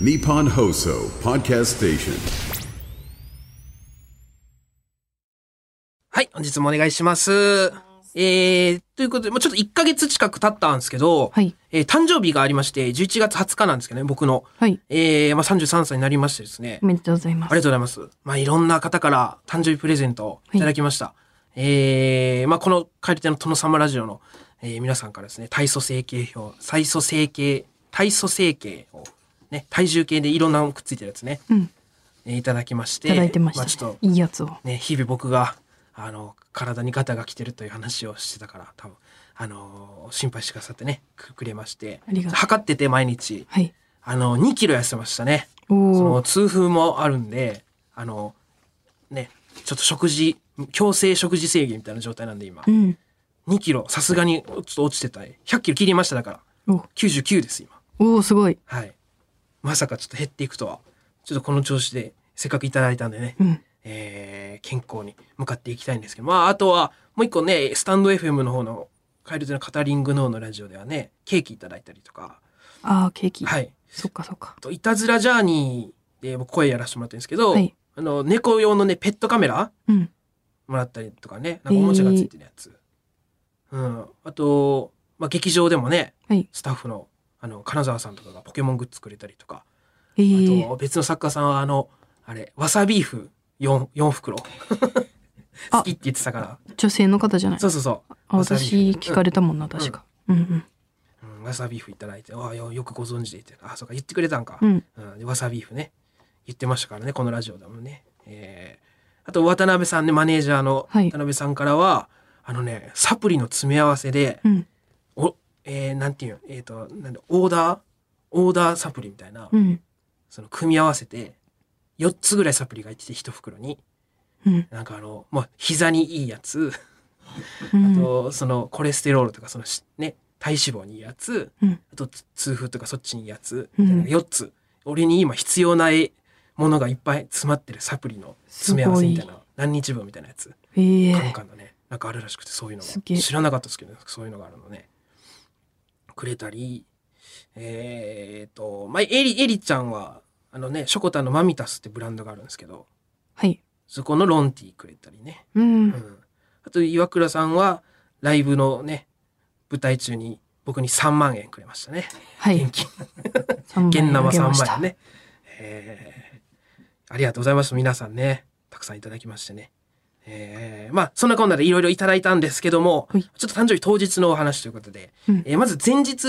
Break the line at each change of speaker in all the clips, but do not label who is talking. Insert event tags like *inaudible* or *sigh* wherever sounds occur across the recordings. Nippon Hoso Podcast Station.
はい、本日もお願いします。えー、ということで、もうちょっと1ヶ月近く経ったんですけど、
はい
えー誕生日がありまして、11月20日なんですけどね、僕の。
はい。
えー、まあ、33歳になりましてですね、
おめでとうございま
あ
す。
りがとうございます。まあ、いろんな方から誕生日プレゼントをいただきました。えー、まあ、この帰り手の殿様ラジオの、えー皆さんからですね、体組成形表、体組成形、体組成形を、ね、体重計でいろんなのくっついてるやつね、
うん。
えーいただきまして、
いただいてま
あ、
し
ち
た
ょっ
ね、
と
いいやつを。
ね、日々僕が、あの、体にガタが来てるという話をしてたから、多分、あのー心配してくださってね、くくれまして
ありが、とう
測ってて毎日、
はい。
あの、2キロ痩せましたね。
お
その、
お。
痛風もあるんで、あの、ね、ちょっと食事、強制食事制限みたいな状態なんで今
う、ん。
2キロ、さすがにちょっと落ちてたい。100キロ切りましただから、
お
99です今。
おお、すごい。
はい。まさかちょっと減っていくとは、ちょっとこの調子で、せっかくいただいたんでね、
うん。
えー健康に向かっていきたいんですけど、まあ、あとは、もう一個ね、スタンド FM の方の、カエルズのカタリングの方のラジオではね、ケーキいただいたりとか、
ああ、ケーキ。
はい。
そっかそっか
あ。と、いたずらジャーニーで僕声やらせてもらってるんですけど、
はい
あの、猫用のね、ペットカメラ
うん。
もらったりとかね、なんかおもちゃがついてるやつ。うん。あと、まあ、劇場でもね、
はい。
スタッフの、あの、金沢さんとかがポケモングッズくれたりとか、
えー、
あと、別の作家さんは、あの、あれ、わさビーフ 4, 4袋。 *laughs* 好きって言ってたから。
女性の方じゃない
そうそうそう。
あ
わさビ
私
ーフ
聞かれたもんな、確か。うんうん。
うん、わさビーフいただいて、ああ、よよくご存知でって、あ、そうか、言ってくれたんか。
うん。
うんでわさビーフね。言ってましたからね、このラジオでもね。えーあと、渡辺さんね、マネージャーの
はい
渡辺さんからは、あのね、サプリの詰め合わせで、
うん。
お、えーなんていうのえっ、と、なんだ、オーダーオーダーサプリみたいな、
うん。
その、組み合わせて、4つぐらいサプリが入ってて、1袋に。
うん。
なんかあの、まあ、膝にいいやつ、
う
あ
ん。
と、その、コレステロールとか、そのし、ね、体脂肪にいいやつ、
うん
あと、つ痛風とかそっちにいいやつ、
うん
4つ。俺に今必要ないものがいっぱい詰まってるサプリの詰め合わせみたいな、何日分みたいなやつ、
え
カン
ー
カ、ンのね、なんかあるらしくて、そういうの
すげえ
が。知らなかったですけど、そういうのがあるのね。くれたり、えー、と、まあ、エリ、エリちゃんは、あのね、ショコタンのマミタスってブランドがあるんですけど、
はい。
そこのロンティーくれたりね。
う。
うんんあと岩倉さんはライブのね舞台中に僕に3万円くれましたね
はい。
現金
3
現生3
あげまし
万
た
円。ね、えーありがとうございます皆さんねたくさんいただきましてね、えーまあそんなこんなでいろいろいただいたんですけども、
はい
ちょっと誕生日当日のお話ということで、
うん
えーまず前日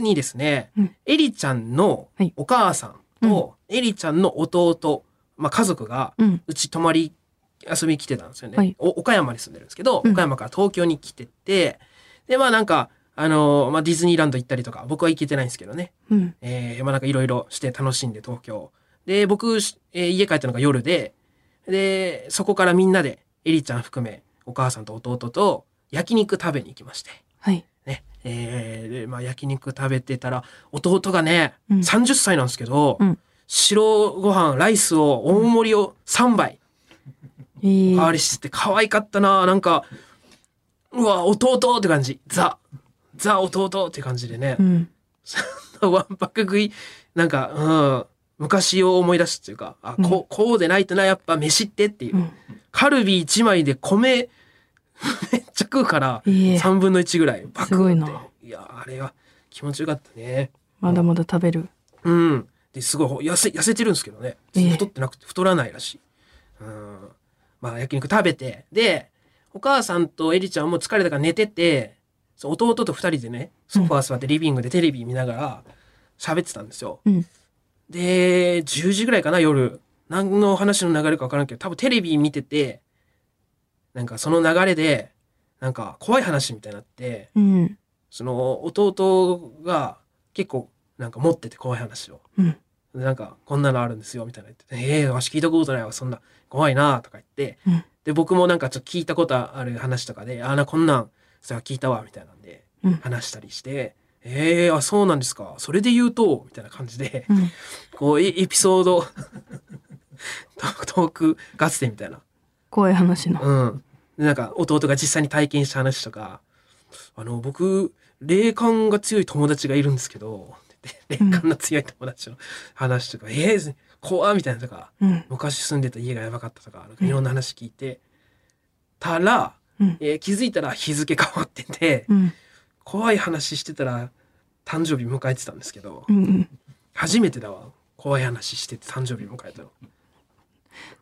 にですね、
うん
エリちゃんの
はい
お母さんとエリちゃんの弟、まあ、家族が
うん。
うち泊まり遊びに来てたんですよね、
はい
お岡山に住んでるんですけど、
うん
岡山から東京に来ててでまあなんかあのーまあ、ディズニーランド行ったりとか僕は行けてないんですけどね、
うん。
えーまあ、なんかいろいろして楽しんで東京で僕、しえー家帰ったのが夜ででそこからみんなでエリちゃん含めお母さんと弟と焼肉食べに行きまして
はい。
ねえーでまあ、焼肉食べてたら弟がね、
うん
30歳なんですけど、
うん
白ご飯ライスを大盛りを3杯
えー、
おかわりしてて可愛かったななんかうわ弟って感じザザ弟って感じでね
う、ん。
わんぱく食いなんか、うん、昔を思い出すっていうかあこうこうでないとなやっぱ飯ってっていう、
うん。
カルビ1枚で米 *laughs* めっちゃ食うから
ええ
3分の1ぐらいパクって
すごいない
やあれは気持ちよかったね
まだまだ食べる。
うん。ですごい痩せ痩せてるんですけどね。
ええ
太ってなくて太らないらしい。うん。まあ焼肉食べてでお母さんとエリちゃんも疲れたから寝ててそう弟と二人でねソファー座ってリビングでテレビ見ながら喋ってたんですよ。
うん。
で10時ぐらいかな夜何の話の流れか分からんけど多分テレビ見ててなんかその流れでなんか怖い話みたいになって
うん。
その弟が結構なんか持ってて怖い話を。
うん。
でなんか、こんなのあるんですよ、みたいな言ってて、ええわし聞いたことないわ、そんな、怖いな、とか言って、
うん
で、僕もなんかちょっと聞いたことある話とかで、ああな、こんなん、それは聞いたわ、みたいなんで、
うん
話したりして、ええあ、そうなんですか、それで言うと、みたいな感じで、
うん。
こう、エエピソード、 *laughs* トークトーク合戦みたいな。
怖い話の。
うん。で、なんか、弟が実際に体験した話とか、あの、僕、霊感が強い友達がいるんですけど、ってって、霊感の強い友達の話とか、えー、怖っみたいなとか、
うん
昔住んでた家がやばかったとか、なんかいろんな話聞いてたら、
うん
えー気づいたら日付変わってて、
うん
怖い話してたら誕生日迎えてたんですけど、
うんうん
初めてだわ。怖い話してて誕生日迎えたの。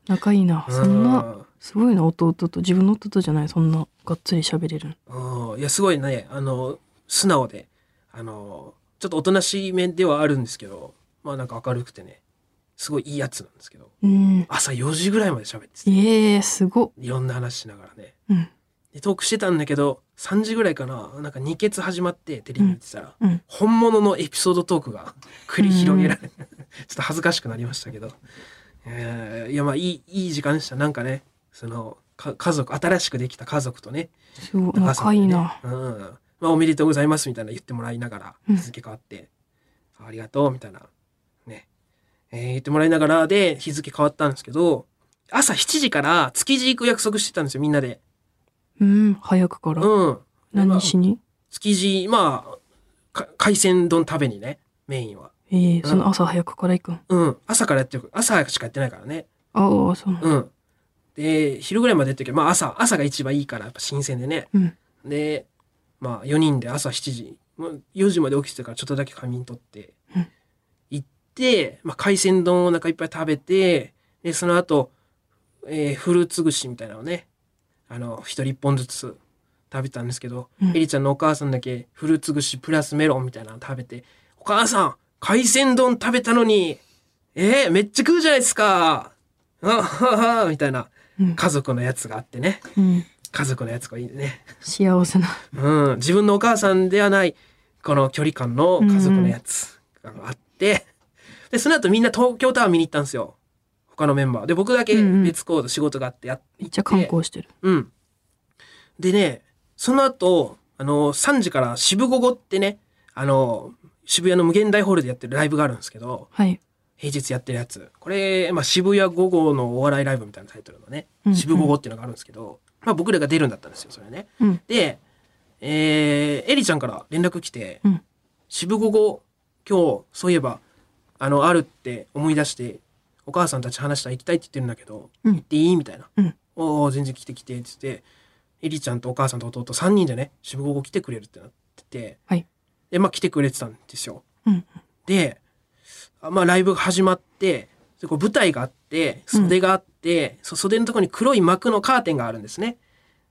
仲いいな
うん
そんなすごいな弟と自分の弟じゃないそんながっつり喋れるの
うんいや、すごいね、あの、素直で、あの、ちょっとおとなしい面ではあるんですけど、まあなんか明るくてね、すごいいいやつなんですけど、
うん
朝4時ぐらいまで喋ってて、
ええすごっ
いろんな話しながらね。
うん
で、トークしてたんだけど、3時ぐらいかな、なんか2決始まってテレビ見てたら、
うん
本物のエピソードトークが *laughs* 繰り広げられて、ちょっと恥ずかしくなりましたけど、えーいや、まあいい、いい時間でした。なんかね、その、か家族、新しくできた家族とね、
すご
高
い
橋さ
仲
ん
い
に
い
ね
な。
うん。まあ、おめでとうございますみたいな言ってもらいながら、
うん
日付変わって、ありがとうみたいな、ね。えー言ってもらいながらで、日付変わったんですけど、朝7時から築地行く約束してたんですよ、みんなで。
うん早くから
うん。
何し
まあ
に
築地、まあ、か海鮮丼食べにね、メインは。
ええその朝早くから行くん
うん。朝からやってる、朝しかやってないからね。
ああそうなの
うん。で、昼ぐらいまでやってるけど、まあ朝、朝が一番いいから、やっぱ新鮮でね。
うん
でまあ4人で朝7時もう4時まで起きてたからちょっとだけ仮眠取って、
うん
行って、まあ、海鮮丼をお腹いっぱい食べてでその後、えーフルーツ串みたいなのをねあの一人一本ずつ食べたんですけど、
うん
エリちゃんのお母さんだけフルーツ串プラスメロンみたいなの食べて「お母さん海鮮丼食べたのにえー、めっちゃ食うじゃないですか!」あははみたいな
うん
家族のやつがあってね
うん
家族のやつがいいね。
幸せな
うん、自分のお母さんではないこの距離感の家族のやつがあって、でその後みんな東京タワー見に行ったんですよ他のメンバーで僕だけ
うんうん
別行動仕事があってやっ
めっちゃ観
行って
光してる
うんでねその後あの3時から渋午後ってねあの渋谷の無限大ホールでやってるライブがあるんですけど
はい
平日やってるやつこれ、まあ、渋谷午後のお笑いライブみたいなタイトルのね、
うんうん
渋午後っていうのがあるんですけど、まあ、僕らが出るんだったんですよそれね
うん
で、えー、エリちゃんから連絡来て、
うん
渋午後、今日、そういえば、あの、あるって思い出して、お母さんたち話したら行きたいって言ってるんだけど、
うん
行っていいみたいな。
うん
おお、全然来て来て、って言って、エリちゃんとお母さんと弟3人でね、渋午後来てくれるってなってて、
はい
で、まあ来てくれてたんですよ。
うん
で、あまあライブが始まって、でこう舞台があって、袖があって、そ袖のところに黒い幕のカーテンがあるんですね。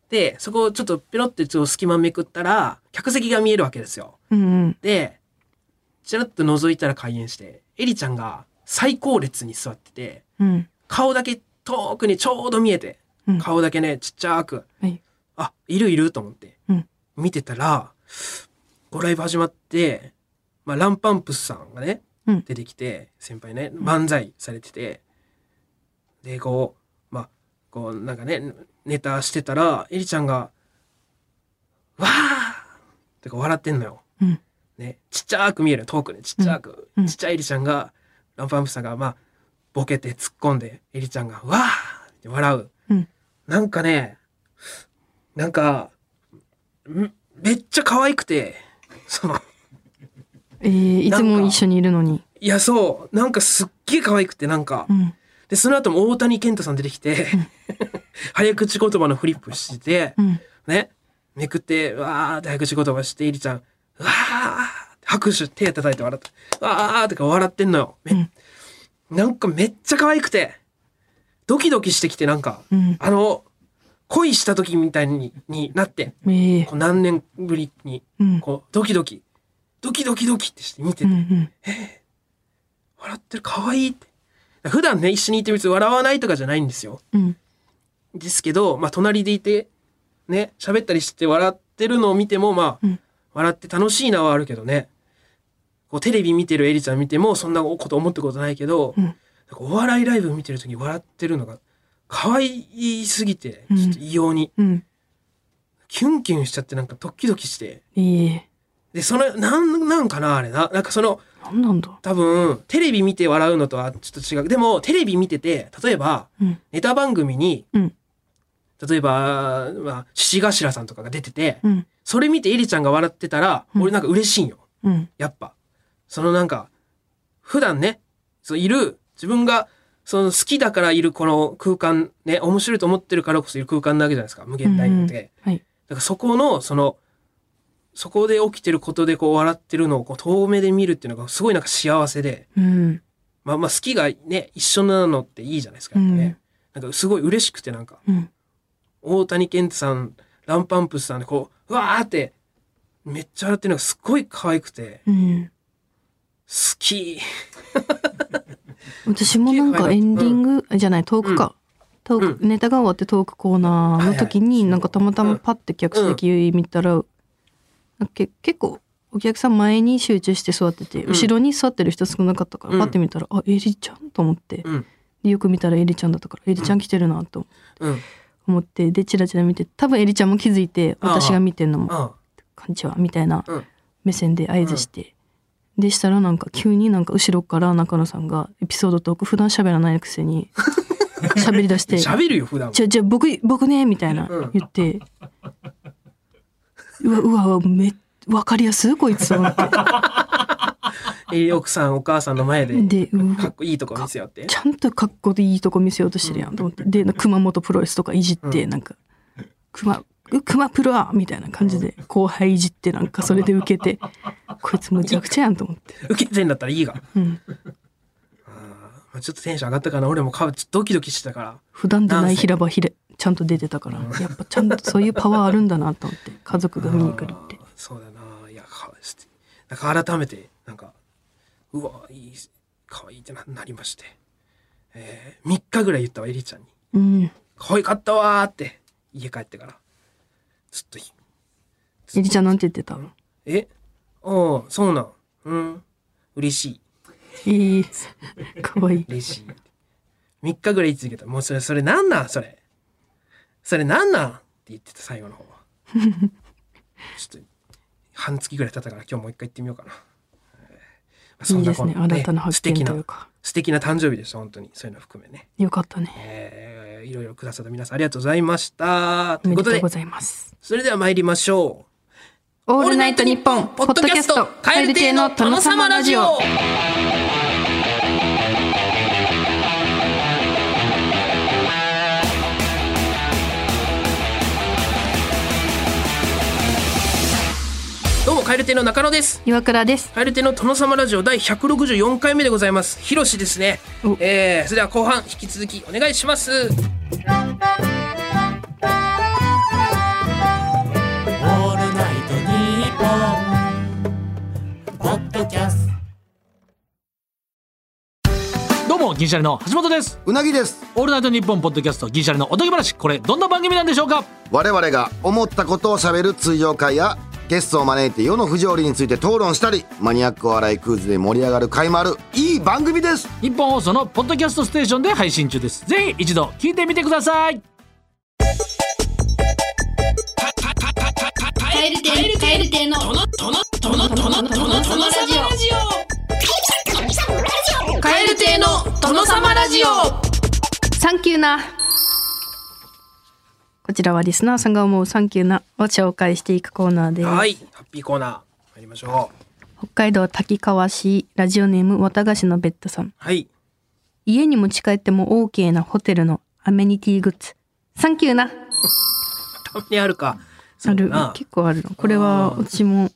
で、そこをちょっとピロってちょっと隙間めくったら、客席が見えるわけですよ。
うんうん
で、ちらっと覗いたら開演して、エリちゃんが最高列に座ってて、
うん
顔だけ遠くにちょうど見えて、
うん
顔だけね、ちっちゃく、
はい
あ、いるいると思って、
うん
見てたら、こうライブ始まって、まあ、ランパンプスさんがね、
うん
出てきて、先輩ね、漫才されてて、で、こう、まあ、こう、なんかね、ネタしてたら、エリちゃんが、わーってこう笑ってんのよ。
うん
ね、ちっちゃく見える、遠くね、ちっちゃく、
うんうん
ちっちゃいエリちゃんが、ランパンプスさんが、まあ、ボケて突っ込んで、エリちゃんが、わーって笑う。
うん
なんかね、なんか、んめっちゃ可愛くて、その、
ええいつ
なん
も
か
一緒にいるのに
いや、そう、なんかすっげえ可愛くて、なんか
う、ん
で、その後も大谷健太さん出てきて、 *laughs* 早口言葉のフリップしてて、
うん
ね、めくって、わーって早口言葉して、エリちゃん、わーって拍手、手叩いて笑って、わーってか笑ってんのよ。め
うん
なんかめっちゃ可愛くて、ドキドキしてきて、なんか、
うん
あの、恋した時みたいにになって、
ええ
こう何年ぶりに、
うん
こう、ドキドキ、ドキドキドキってして見て
う
て、
んうん
笑ってる、可愛いって。普段ね、一緒にいて別に笑わないとかじゃないんですよ。
うん
ですけど、まあ、隣でいて、ね、喋ったりして笑ってるのを見ても、まあ、
うん
笑って楽しいなはあるけどね。こう、テレビ見てるエリちゃん見ても、そんなこと思ったことないけど、
うん
なんかお笑いライブ見てる時に笑ってるのが、可愛いすぎて、ちょっと異様に、
うん
キュンキュンしちゃって、なんかドキドキして。
ええ
で、その、なん、なんかな、あれな。なんかその、
なんなんだ
多分、テレビ見て笑うのとはちょっと違う。でも、テレビ見てて、例えば、
うん
ネタ番組に、
うん
例えば、まあ、獅子頭さんとかが出てて、
うん
それ見てエリちゃんが笑ってたら、
うん
俺なんか嬉しいんよ。
うん
やっぱ。そのなんか、普段ね、そういる、自分が、その好きだからいるこの空間、ね、面白いと思ってるからこそいる空間なわけじゃないですか、無限大なんて。
うんはい。
だからそこの、その、そこで起きてることでこう笑ってるのをこう遠目で見るっていうのがすごいなんか幸せで、
うん。
まあまあ好きがね、一緒なのっていいじゃないですか、やっぱね。なんかすごい嬉しくてなんか、
うん。
大谷健太さん、ランパンプスさんでこう、うわーって、めっちゃ笑ってるのがすごい可愛くて、
うん。
好き。
私もなんかエンディング、じゃない、トークか。トーク、ネタが終わってトークコーナーの時に、なんかたまたまパッて客席見たら、なんかけ結構お客さん前に集中して座ってて、
ん
後ろに座ってる人少なかったから、
うん
パッて見たら、あ、エリちゃんと思って、
うん。
でよく見たらエリちゃんだったから、エリちゃん来てるなと
うん。
思って、で、チラチラ見て、多分エリちゃんも気づいて、
ああ
私が見てんのも、
あ
こんにちは、みたいな
うん
目線で合図して、でしたらなんか急になんか後ろから中野さんがエピソードトーク普段喋らないくせに喋り出して「じゃ
喋るよ、普段も。
じゃあ僕僕ね」みたいな
うん
言って「うわうわうわめ分かりやすいこいつ」と思って
えー奥さん、お母さんの前で、
でう
か
わ
っこいいとこ見せようって。
ちゃんと格好でいいとこ見せようとしてるやんと思ってで熊本プロレスとかいじってなんか「熊う熊プロは!」みたいな感じで後輩いじってなんかそれで受けて「こいつむちゃくちゃやん」と思って。
受けてんだったらいいが。
うん
まあちょっとテンション上がったかな。俺も顔ちょっとドキドキしてたから。
普段出
ダ
な
ン
い
ス
平場ひれちゃんと出てたからやっぱちゃんとそういうパワーあるんだなと思って家族が見に来るって
あーそうだな。いや、かして。なんか改めて、なんか、うわ、いい、かわいいってななりまして。えー、3日ぐらい言ったわ、エリちゃんに。
うんえ
可愛かったわーって、家帰ってから。ずっと、
りちゃんなんて言ってたの
えああ、そうなん。うん。嬉しい。
ええかわいい
嬉しい。3日ぐらい言い続けた。もうそれ、それなんなんそれ。それなんなんって言ってた最後の方は。 *laughs* ちょっと、半月ぐらい経ったから今日もう一回行ってみようかな。えーまあそ
い
ん
い
な
です
こん
ね
な
新たな発
素敵
見という
な、
か
素敵な誕生日でした、本当に。そういうの含めね。
よかったね
えー、いろいろくださった皆さんありがとうございました。
お
とい
め
うこと
でとう
で
ご、ざいます
それでは参りましょう。
オールナイトニッポンポッドキャストカエル亭の殿様ラジオ
どうもカエル亭の中野です
岩倉です
カエル亭の殿様ラジオ第164回目でございますひろしですね
お
えー、それでは後半引き続きお願いします
オールナイトニッポン」ポッドキャスト
どうも銀シャリの橋本です
うなぎです
オールナイトニッポンポッドキャスト銀シャリのおとぎ話これどんな番組なんでしょうか
我々が思ったことをしゃべる通常会やゲストを招いて世の不条理について討論したりマニアックお笑いクイズで盛り上がる回もあるいい番組です
日本放送のポッドキャストステーションで配信中ですぜひ一度聞いてみてください
カエル亭カエル亭の殿様ラジオカエル亭の殿様ラジオ
サンキューなこちらはリスナーさんが思うサンキューなを紹介していくコーナーです
はいハッピーコーナー参りましょう
北海道滝川市ラジオネーム綿菓子のベッドさん
はい
家に持ち帰っても OK なホテルのアメニティグッズサンキューな
たまにあるか
ある
な
結構あるのこれはうちも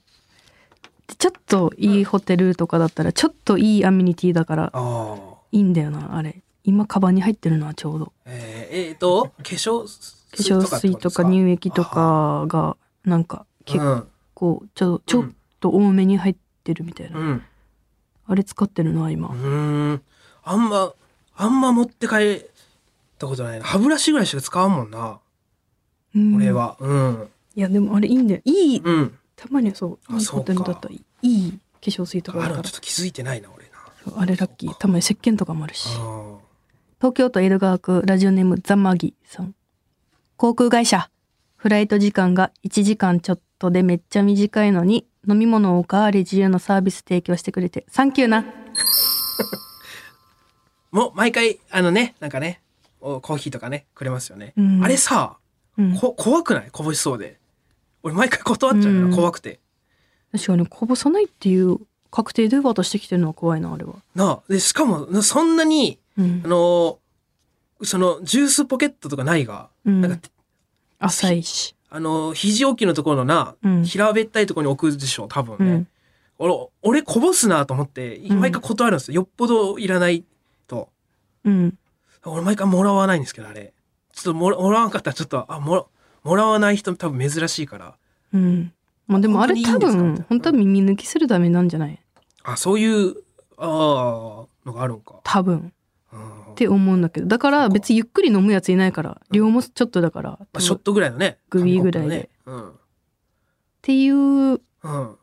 でちょっといいホテルとかだったらちょっといいアメニティだから
ああ
いいんだよなあれ今カバンに入ってるなちょうど
えー、えーと化粧化
化粧水とか乳液とかがなんか結
うん
構ちょちょっと多めに入ってるみたいな、
うん
あれ使ってるな今、
うーんあんまあんま持って帰ったことないな歯ブラシぐらいしか使わんもんな
うん
俺はうん
いやでもあれいいんだよいい
うん
たまにはそう
あ
いい
そう
ホ
か
テルだったらいい化粧水とか
あ
だ
る
か
の
ら
ちょっと気づいてないな俺な
あれラッキーたまに石鹸とかもあるし
あ
東京都江戸川区ラジオネームザマギさん航空会社フライト時間が1時間ちょっとでめっちゃ短いのに飲み物をおかわり自由のサービス提供してくれてサンキューな
ーもう毎回あのねなんかねおコーヒーとかねくれますよね、
うん
あれさ、
うん
こ怖くないこぼしそうで俺毎回断っちゃうよな、
うん
怖くて
確かにこぼさないっていう確定で渡してきてるのは怖いな、あれは。
なあで、しかも、なそんなに、
うん
あ。のーその、ジュースポケットとかないが、
うん
なんか、
浅いし。
あのー肘置きのところのな、
うん
平べったいところに置くでしょ、多分
う
ね。
ん。
俺、俺こぼすなと思って、
ん
毎回断るんですよ。よっぽどいらないと。
うん。
俺毎回もらわないんですけど、あれ。ちょっともらもらわなかったら、ちょっと、あ、もら、もらわない人多分珍しいから。
うん。まあでもあれ多
本当にいいんで
分
すか、
本当は耳抜きするためなんじゃない
あ、そういう、ああ、のがあるんか。
多分。
うんま
って思うんだけど。だから別にゆっくり飲むやついないから、量もちょっとだから。
あ、ショットぐらいのね。
グビーぐらい
韓
で
国のね。
っていう
うん。うん。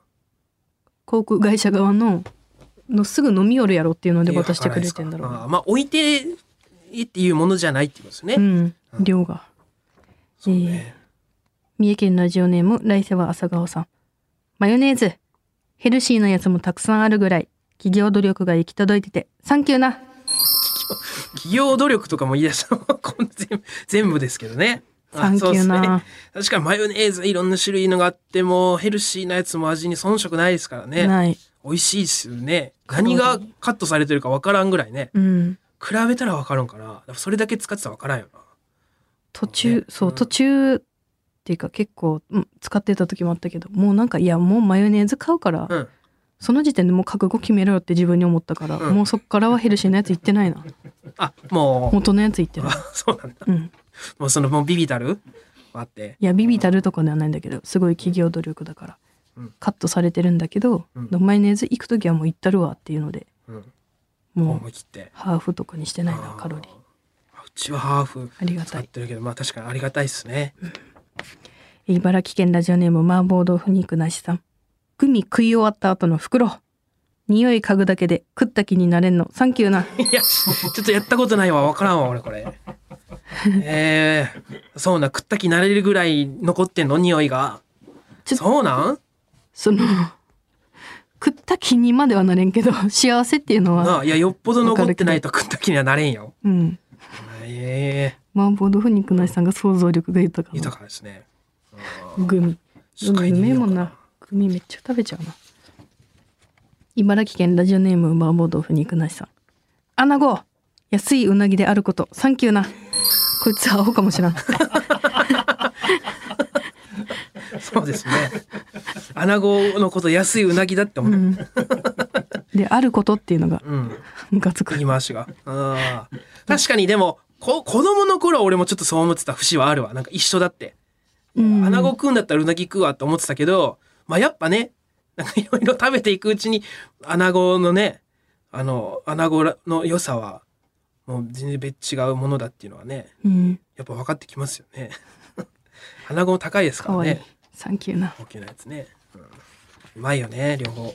航空会社側の、のすぐ飲み寄るやろっていうので
っていう
渡してくれてんだろ
計らいですか
う
ああ
な。
まあ、置いて、っていうものじゃないっていうことですね。
うん。量が。
そう
え
ね。
三重県ラジオネーム来世は朝顔さんマヨネーズヘルシーなやつもたくさんあるぐらい企業努力が行き届いててサンキューな
企業努力とかも言い出したのはこん全部全部ですけどね。あ
*laughs* サンキ
そ
ュー
うです
な
ね確かにマヨネーズいろんな種類のがあってもヘルシーなやつも味に遜色ないですからね。
ない
美味しいですよね。何がカットされてるかわからんぐらいね。
うん
比べたらわかるんかな。でもそれだけ使ってたらわからんよな。
途中
ね
そう
うん
途中っていうか結構、うん、使ってた時もあったけどもうなんかいやもうマヨネーズ買うから、
うん
その時点でもう覚悟決めろよって自分に思ったから、
うん
もうそっからはヘルシーなやつ行ってないな
あ、もう。
元のやつ行ってない
あ、そう *laughs* なんだ。
うん
もうそのもうビビたるあって。
いやビビたるとかではないんだけどすごい企業努力だから、
うん
カットされてるんだけど、
うん
マヨネーズ行く時はもう行ったるわっていうので
うん。
もう
思い切って。
ハーフとかにしてないな
あー
カロリー
うちはハーフ
ありが
使
た
っ
い
てるけど、まあ確かにありがたいですね。
茨城県ラジオネーム麻婆豆腐肉なしさんグミ食い終わった後の袋匂い嗅ぐだけで食った気になれんのサンキュ
*laughs*
ーない
や、ちょっとやったことないわ。わからんわ、俺これ。えー、そうな、食った気になれるぐらい残ってんの匂いが。
ちょ
そうなん
その食った気にまではなれんけど幸せっていうのは
なあ、いや、よっぽど残ってないと食った気にはなれんよ。
うん
え
麻婆豆腐肉なしさんが想像力が豊
ー、
かな
豊かですね。
グミ
ちょっと嗅いでみ
め
よう
も
か
ん
な
なグミめっちゃ食べちゃうな茨城県ラジオネーム麻婆豆腐肉なしさんアナゴ安いうなぎであることサンキューなこいつアホかもしらん
そうです
*laughs*
ね。アナゴのこと安いうなぎだって思う。うん。
であることっていうのがムカつく
言い回しが。あー確かにでも、こ子供の頃は俺もちょっとそう思ってた節はあるわ。なんか一緒だって。
うん
アナゴ食うんだったらうなぎ食うわって思ってたけど、まあやっぱね、なんかいろいろ食べていくうちに、アナゴのね、あの、アナゴの良さは、もう全然別違うものだっていうのはね、
うん
やっぱ分かってきますよね。 *laughs* アナゴも高いですか
からわいい
ね。
サンキューな
高級なやつね。うんうまいよね、両方。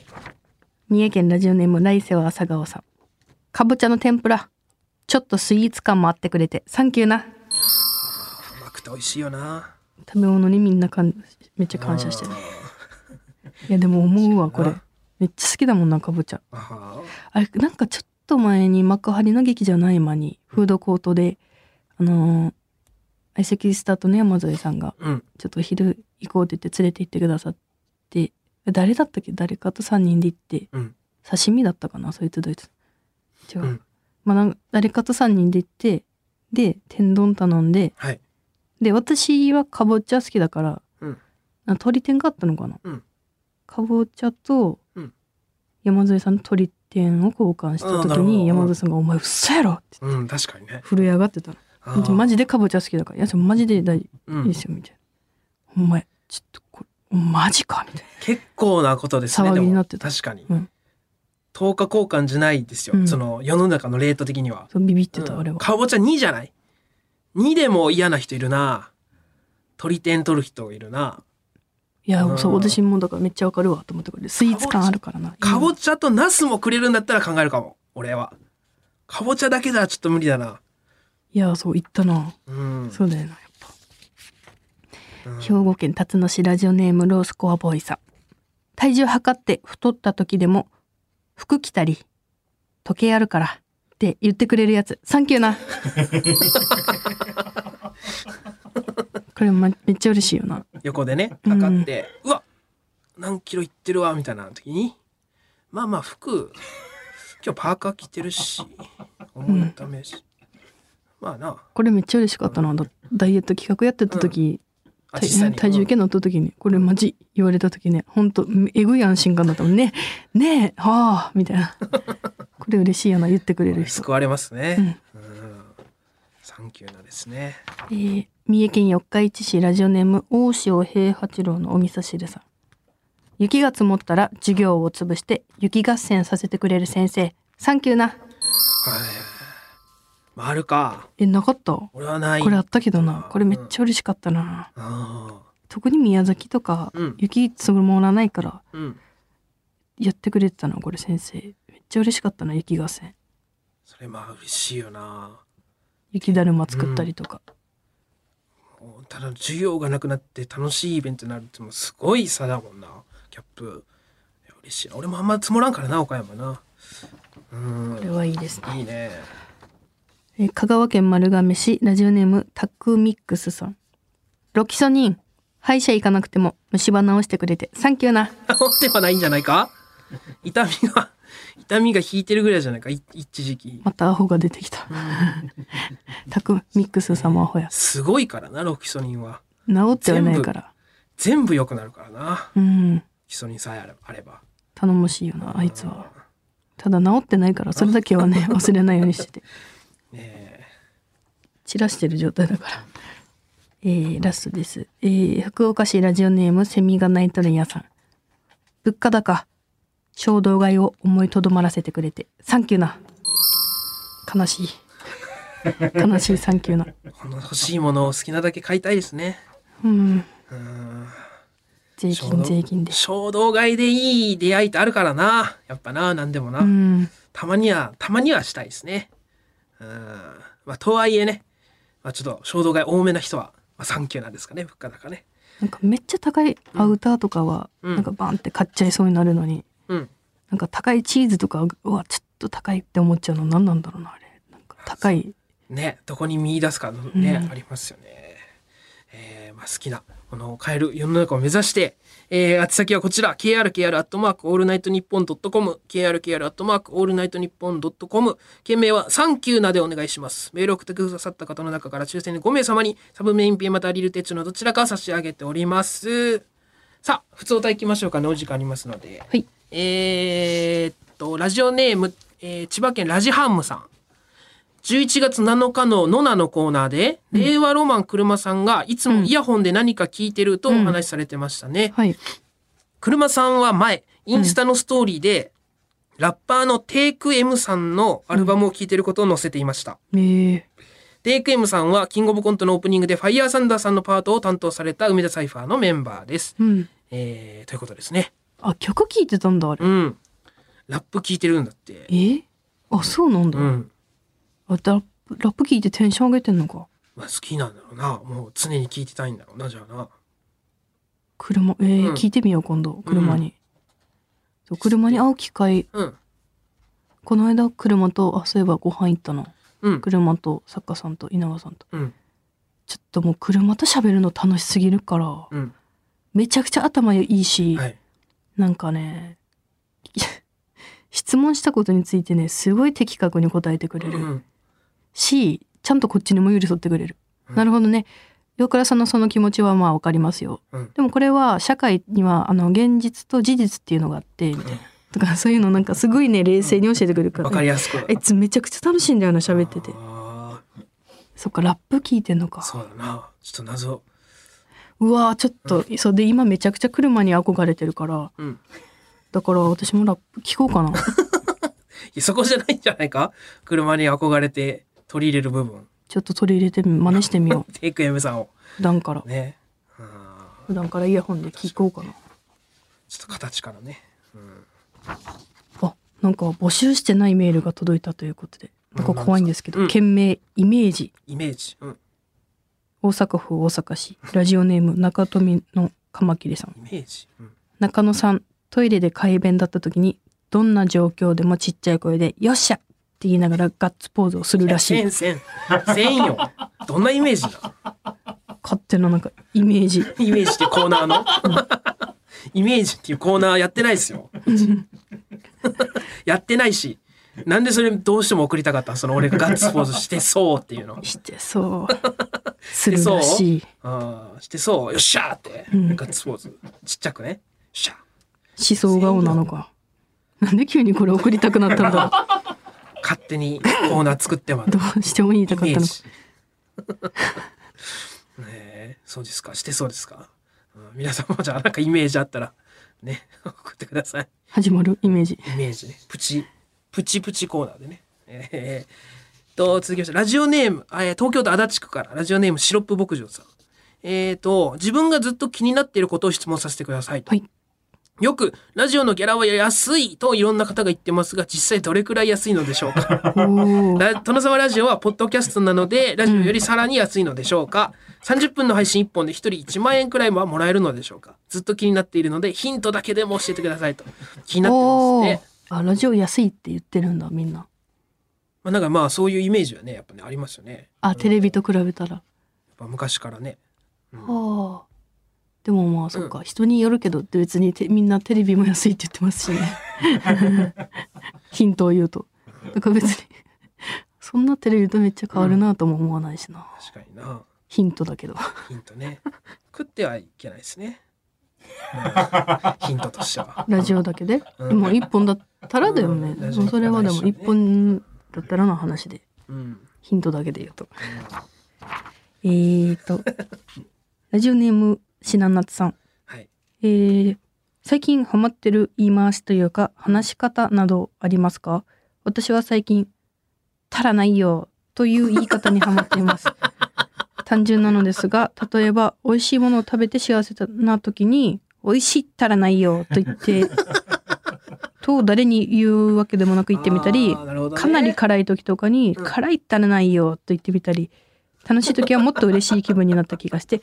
三重県ラジオネーム来世は朝顔さんかぼちゃの天ぷらちょっとスイーツ感もあってくれてサンキューな
甘くて美味しいよな。
食べ物にみんなかんめっちゃ感謝してる
あー
いやでも思うわこれ
な
めっちゃ好きだもんなかぼちゃ
あは
あれなんかちょっと前に幕張の劇じゃない間にフードコートであのー相席スタートの山添さんが
うん。
ちょっとお昼行こうって言って連れて行ってくださって誰だったっけ誰かと3人で行って
うん。
刺身だったかなそいつどいつ違う、
うん
まあなんか誰かと3人で行ってで天丼頼んで
はい。
で私はかぼちゃ好きだから、
うん
なんか鶏天があったのかな、
うん
かぼちゃと
うん
山添さんの鶏天を交換した
あーなる
時
ほどうん
に山添さんが「お前嘘やろ!」って
うん、確かにね。
震え上がってたの
あー
マジでかぼちゃ好きだから「いやそれマジで大丈
う
夫いい
ん
で、すよ」みたいな「お前ちょっとこれマジか」みたい
結構なことですね。
騒ぎ
でも
になってた
確かに。
うん
10日交換じゃないですよ。
うん
その世の中のレート的には
な。そうビビってた、
うん
あれは
かぼちゃ2じゃない ?2 でも嫌な人いるな。鳥天取る人いるな。
いや、
うん
そう私もだからめっちゃわかるわと思ってこれスイーツ感あるからな
かぼ
ち
ちゃとナスもくれるんだったら考えるかも。俺は。かぼちゃだけじゃちょっと無理だな。
いやそう言ったな、
うん。
そうだよなやっぱ
うん
兵庫県辰野市ラジオネームロースコアボーイさん体重測って太った時でも服着たり時計あるからって言ってくれるやつサンキュー
*laughs*
なこれ、ま、めっちゃ嬉しいよな
横でね、測って、うわ何キロいってるわ、みたいな時に、まあまあ服今日パーカー着てるし思いためし、まあな
これめっちゃ嬉しかったなだダイエット企画やってた時、
あ
体
実際に
体重計乗った時にこれマジ言われた時ねほんとえぐい安心感だったもんねねえはあみたい
*laughs*
なこれ嬉しいよな言ってくれ
うん
る人
救われますね、うんサンキューなですね
えー三重県四日市市ラジオネーム大塩平八郎のお味噌汁さん雪が積もったら授業を潰して雪合戦させてくれる先生サンキューな
はいまああるか
えなかったこ
俺はない
れあったけどなこれめっちゃ嬉しかったな
あ
特に宮崎とか
うん
雪積もらないから
ーうん
やってくれてたなこれ先生めっちゃ嬉しかったな雪合戦
それまあ嬉しいよな
雪だるま作ったりとか、
ただ授業がなくなって楽しいイベントになるってもうすごい差だもんなキャップいや嬉しいな俺もあんま積もらんからな岡山なうん
これはいいですね
いいね
えー香川県丸亀市ラジオネームタックミックスさんロキソニン歯医者行かなくても虫歯治してくれてサンキューな
治ってはないんじゃないか痛みが痛みが引いてるぐらいじゃないかい一時期
またアホが出てき
*laughs*
たタックミックスさんもアホや
すごいからなロキソニンは
治ってはないから
全部良くなるからな
うん
ロキソニンさえあれあれば
頼もしいよなあいつはただ治ってないからそれだけは
*laughs*
ね忘れないようにしてて
ね
散らしてる状態だからえー、ラストです、えー、福岡市ラジオネームセミが鳴いとるんやさん物価高衝動買いを思いとどまらせてくれてサンキューな
*laughs*
悲しい悲しいサンキューな
えこの欲しいものを好きなだけ買いたいですね
うん
うん
税金税金で
衝動買いでいい出会いってあるからなやっぱな何でもな、
うん
たまにはたまにはしたいですねうんまあとはいえね、まあ、ちょっと衝動買い多めな人は、まあ、サンキューなんですかね物価高ね
なんかめっちゃ高いアウターとかは
うん
なんかバンって買っちゃいそうになるのに、
うん
なんか高いチーズとかうわちょっと高いって思っちゃうの何なんだろうなあれなんか高い
ねどこに見出すかのね、
うん
ありますよねえーまあ、好きなものを変える世の中を目指して、えー、宛先はこちら krkr アットマークオールナイトニッポンドットコム krkr アットマークオールナイトニッポンドットコム件名はサンキューなでお願いしますメールを送ってくださった方の中から抽選で5名様にサブメインペイまたはリルテッチのどちらかを差し上げておりますさあ普通お題いきましょうかねお時間ありますので
はい
えーっとラジオネーム、えー千葉県ラジハンムさん11月7日のノナのコーナーで、令和ロマン車さんがいつもイヤホンで何か聞いてるとお話しされてましたね。
はい
車さんは前、インスタのストーリーで、ラッパーのテイク M さんのアルバムを聴いてることを載せていました。
えー、
テイク M さんはキングオブコントのオープニングでファイヤーサンダーさんのパートを担当された梅田サイファーのメンバーです。
うん
えー、ということですね。
あ曲聴いてたんだあれ
うん。ラップ聴いてるんだって
え。ー、あそうなんだ、
うん。
あラップラップ聴いてテンション上げてんのか
まあ好きなんだろうな。もう常に聴いてたいんだろうな、じゃあな。
車えー
うん
聞いてみよう今度車に、そう車に会う機会
うん。
この間車とあそういえばご飯行ったな
うん。
車と作家さんと稲葉さんと
うん。
ちょっともう車と喋るの楽しすぎるから
うん。
めちゃくちゃ頭いいし、
はい。
なんかね *laughs* 質問したことについてねすごい的確に答えてくれる、
うん。
しちゃんとこっちにも寄り添ってくれる、
うん
なるほどね岩倉さんのその気持ちはまあわかりますよ、
うん
でもこれは社会にはあの現実と事実っていうのがあってみたいなとかそういうのなんかすごいね冷静に教えてくれるから、
わかりやすく。
あいつめちゃくちゃ楽しいんだよな喋ってて
あ
そっかラップ聞いてんの
あ、
か
そうだな。ちょっと謎。
うわーちょっと、そうで今めちゃくちゃ車に憧れてるから
うん。
だから私もラップ聞こうか
*laughs*
な
いやそこじゃないんじゃないか車に憧れて取り入れる部分。
ちょっと取り入れてみ真似してみよ
テイク M さんを。 *laughs*
う普段から
ね。ああ
普段からイヤホンで聞こうかな
ちょっと形からね。
あなんか募集してないメールが届いたということでなんか怖いんですけど、
うん
件名イメージ
イメージ。うん。
大阪府大阪市ラジオネーム中富のカマキリさん
イメージ。うん。
中野さんトイレで快便だった時にどんな状況でもちっちゃい声で「よっしゃ!」って言いながらガッツポーズをするらし
せ
い
んせん。せんよ。どんなイメージだ
勝手ななんかイメージ
イメー
*laughs*
ジってコーナーの。イメージっていうコーナーやってないですよ。 *laughs* やってないしなんでそれどうしても送りたかったのその俺がガッツポーズしてそうっていうの
して *laughs* そう。するらしい。
あーしてそうよっしゃーって、ガッツポーズちっちゃくねよっしゃー
思想顔なのか。なんで急にこれ送りたくなったん *laughs* だ。
勝手にコーナー作ってます
どうしても言いたかっ
イメー
たの
ジ *laughs*
か。
ねえそうですかしてそうですか、うん皆さんもじゃあなんかイメージあったらね *laughs* 送ってください
始まるイメージ。
イメージねプチプチプチコーナーでねえー、と続きましてラジオネーム、えー東京都足立区からラジオネームシロップ牧場さんえー、と自分がずっと気になっていることを質問させてくださいと、
はい
よくラジオのギャラは安いといろんな方が言ってますが実際どれくらい安いのでしょうか *laughs*
*laughs* おお。
ラ殿様ラジオはポッドキャストなのでラジオよりさらに安いのでしょうか、30分の配信1本で1人1万円くらいはもらえるのでしょうかずっと気になっているのでヒントだけでも教えてくださいと気になってま
お
す
お
ね。
あ、ラジオ安いって言ってるんだ、みんな。
まあ、なんかまあそういうイメージはねやっぱねありますよねやっ
あ、テレビと比べたら。
ぱ昔からね
はあ。でもまあそっか、人によるけどって別にてみんなテレビも安いって言ってますしね *laughs* ヒントを言うとだから別にそんなテレビとめっちゃ変わるなとも思わないしな、
確かにな
ヒントだけど
ヒントね食ってはいけないですね、うんヒントとしては
ラジオだけで、
うん
でも一本だったらだよね、
うんラジオだったら
それはで
一緒
も
ね
一本だったらの話で
うん
ヒントだけで言うと、えーとラジオネームしななつさん
はい
えー最近ハマってる言い回しというか話し方などありますか私は最近「足らないよ」という言い方にハマって
*laughs*
います単純なのですが例えば美味しいものを食べて幸せな時に「美味しい足らないよ」と
*laughs*
言ってと誰に言うわけでもなく言ってみたり
あーなるほどね
かなり辛い時とかに「辛い足らないよ」と言ってみたり楽しい時はもっと嬉しい気分になった気がして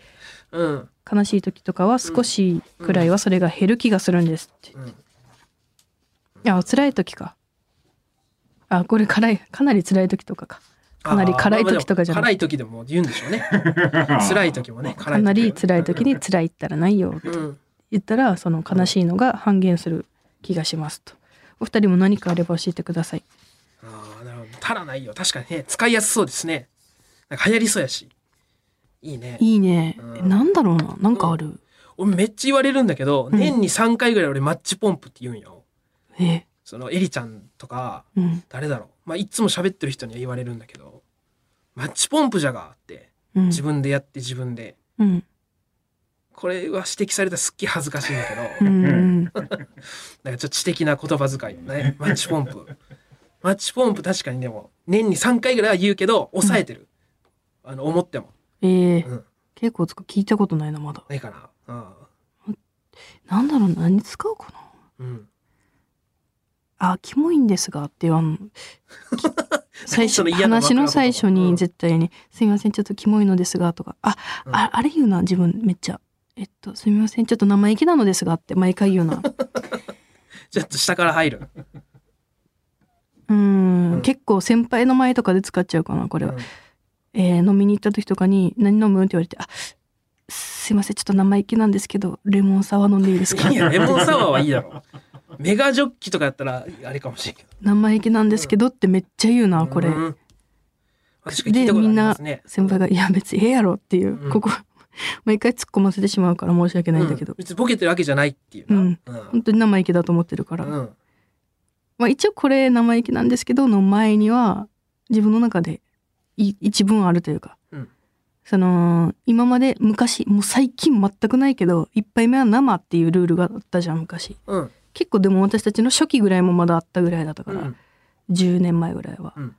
うん
悲しい時とかは少しくらいはそれが減る気がするんですって言って、あ辛い時かあこれ辛いかなり辛い時とかかかなり辛い時とかじゃ
あーまあまあでも辛
ない
い時でも言うんでしょうね辛い時もね辛
か
い時
なり辛い時に辛いったらないよ
う
と
ん
言ったらその悲しいのが半減する気がしますとお二人も何かあれば教えてください
ああ、なるほど。足らないよ。確かにね、使いやすそうですね。なんか流行りそうやし。いいね。
いいねえなんだろうななんかある
俺めっちゃ言われるんだけど、年に3回ぐらい俺マッチポンプって言うんよ。
え
そのエリちゃんとか、
うん
誰だろう。まあ、いつも喋ってる人には言われるんだけど、マッチポンプじゃがって、
うん
自分でやって自分で。
うん
これは指摘されたらすっげえ恥ずかしいんだけ
*laughs*
ど、
うんうん
なんかちょっと知的な言葉遣い。ね、マッチポンプ。マッチポンプ確かにでも、年に3回ぐらいは言うけど、抑えてる。あの、思っても。
ええ
うん
結構つか聞いたことないなまだ
ないかな。
なんだろうな何使うかな
うん。うん。
あ、キモいんですがって言
*laughs*
わん。き最
そ
初
の嫌な
話の最初
枕言葉う
に
ん
絶対に「すみませんちょっとキモいのですが」とかあ
うん
ああれ言うな自分めっちゃ「えっとすみませんちょっと生意気なのですが」って毎回言
*laughs*
うな
ちょっと下から入る。
うーん結構先輩の前とかで使っちゃうかなこれは、
うん
えー飲みに行った時とかに「何飲む?」って言われて「あすいませんちょっと生意気なんですけどレモンサワー飲んでいいですか?
い」や、レモンサワーはいいだろ。メガジョッキとかやったら、あれかもしれんけど。
「生意気なんですけど」ってめっちゃ言うなこれ。
うん確かに聞い
で
たこと
み
あり
ん
ま
な
すね。
先輩が「いや別にええやろ」っていう、
うん
ここ毎回突っ込ませてしまうから申し訳ないんだけ
う
ど
ん、別にボケてるわけじゃないっていう
う
な。
ん本当に生意気だと思ってるから、
うんうん
まあ、一応これ生意気なんですけどの前には自分の中でい一文あるというか、
うん
その今まで昔もう最近全くないけど一杯目は生っていうルールがあったじゃん昔
うん。
結構でも私たちの初期ぐらいもまだあったぐらいだった
う
から、
ん。
10年前ぐらいは、
うん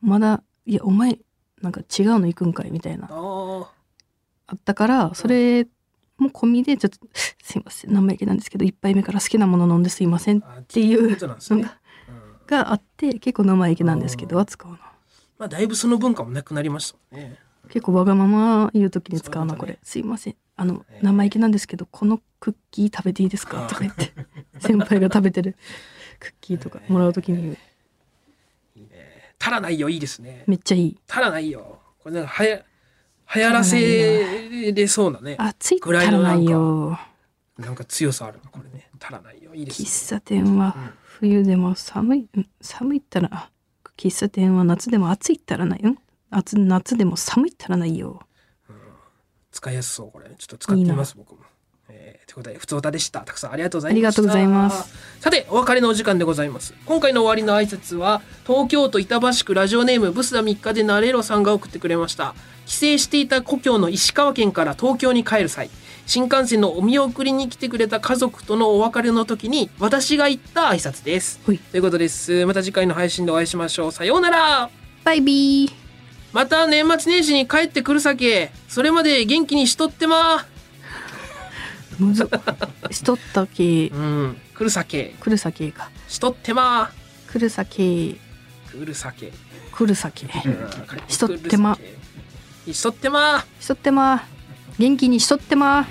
まだいやお前なんか違うの行くんかいみたいな
あー
あったからそれも込みでちょっと「すいません生意気なんですけど一杯目から好きなもの飲んですいません」っ
あ。って
いう
ことなんです
の
ね
が。があって結構生意気なんですけどは使うな
まあ、だいぶその文化もなくなりましたもんね。
結構わがまま言う時に使う
そういう
な
こ
こと
ね
れ「すいませんあの
えー
生意気なんですけどこのクッキー食べていいです
あー
か?」とか言って先輩が食べてるクッキーとかもらう時に言う
足らないよ、いいですね。
めっちゃいい
足らないよ。これなんかはや、流行らせれそうなね。
あつい
ぐ
た
らい
ら
のな
なんい
か
よ
なんか強さあるな、これね。足らないよ、いいですね。
喫茶店は冬でも寒い、うん寒いったら、あ喫茶店は夏でも暑いったらない、うん暑夏でも寒いったらないよ。
使いやすそうこれちょっと使ってみます僕も。えー、ということで普通歌でしたたくさんありがとうございました
ありがとうございます
さてお別れのお時間でございます今回の終わりの挨拶は東京都板橋区ラジオネームブスダ3日でなれろさんが送ってくれました帰省していた故郷の石川県から東京に帰る際新幹線のお見送りに来てくれた家族とのお別れの時に私が言った挨拶です
ほい
ということですまた次回の配信でお会いしましょうさようなら
バイビー。
また年末年始に帰ってくるさけそれまで元気にしとってま
むずっ。 *laughs* しとったけ
う、ん来るさけ
来るさけか。
しとってま
来るさけ、
来るさけ
来るさけ。しとってま
しとってま
しとってま。元気にしとってま。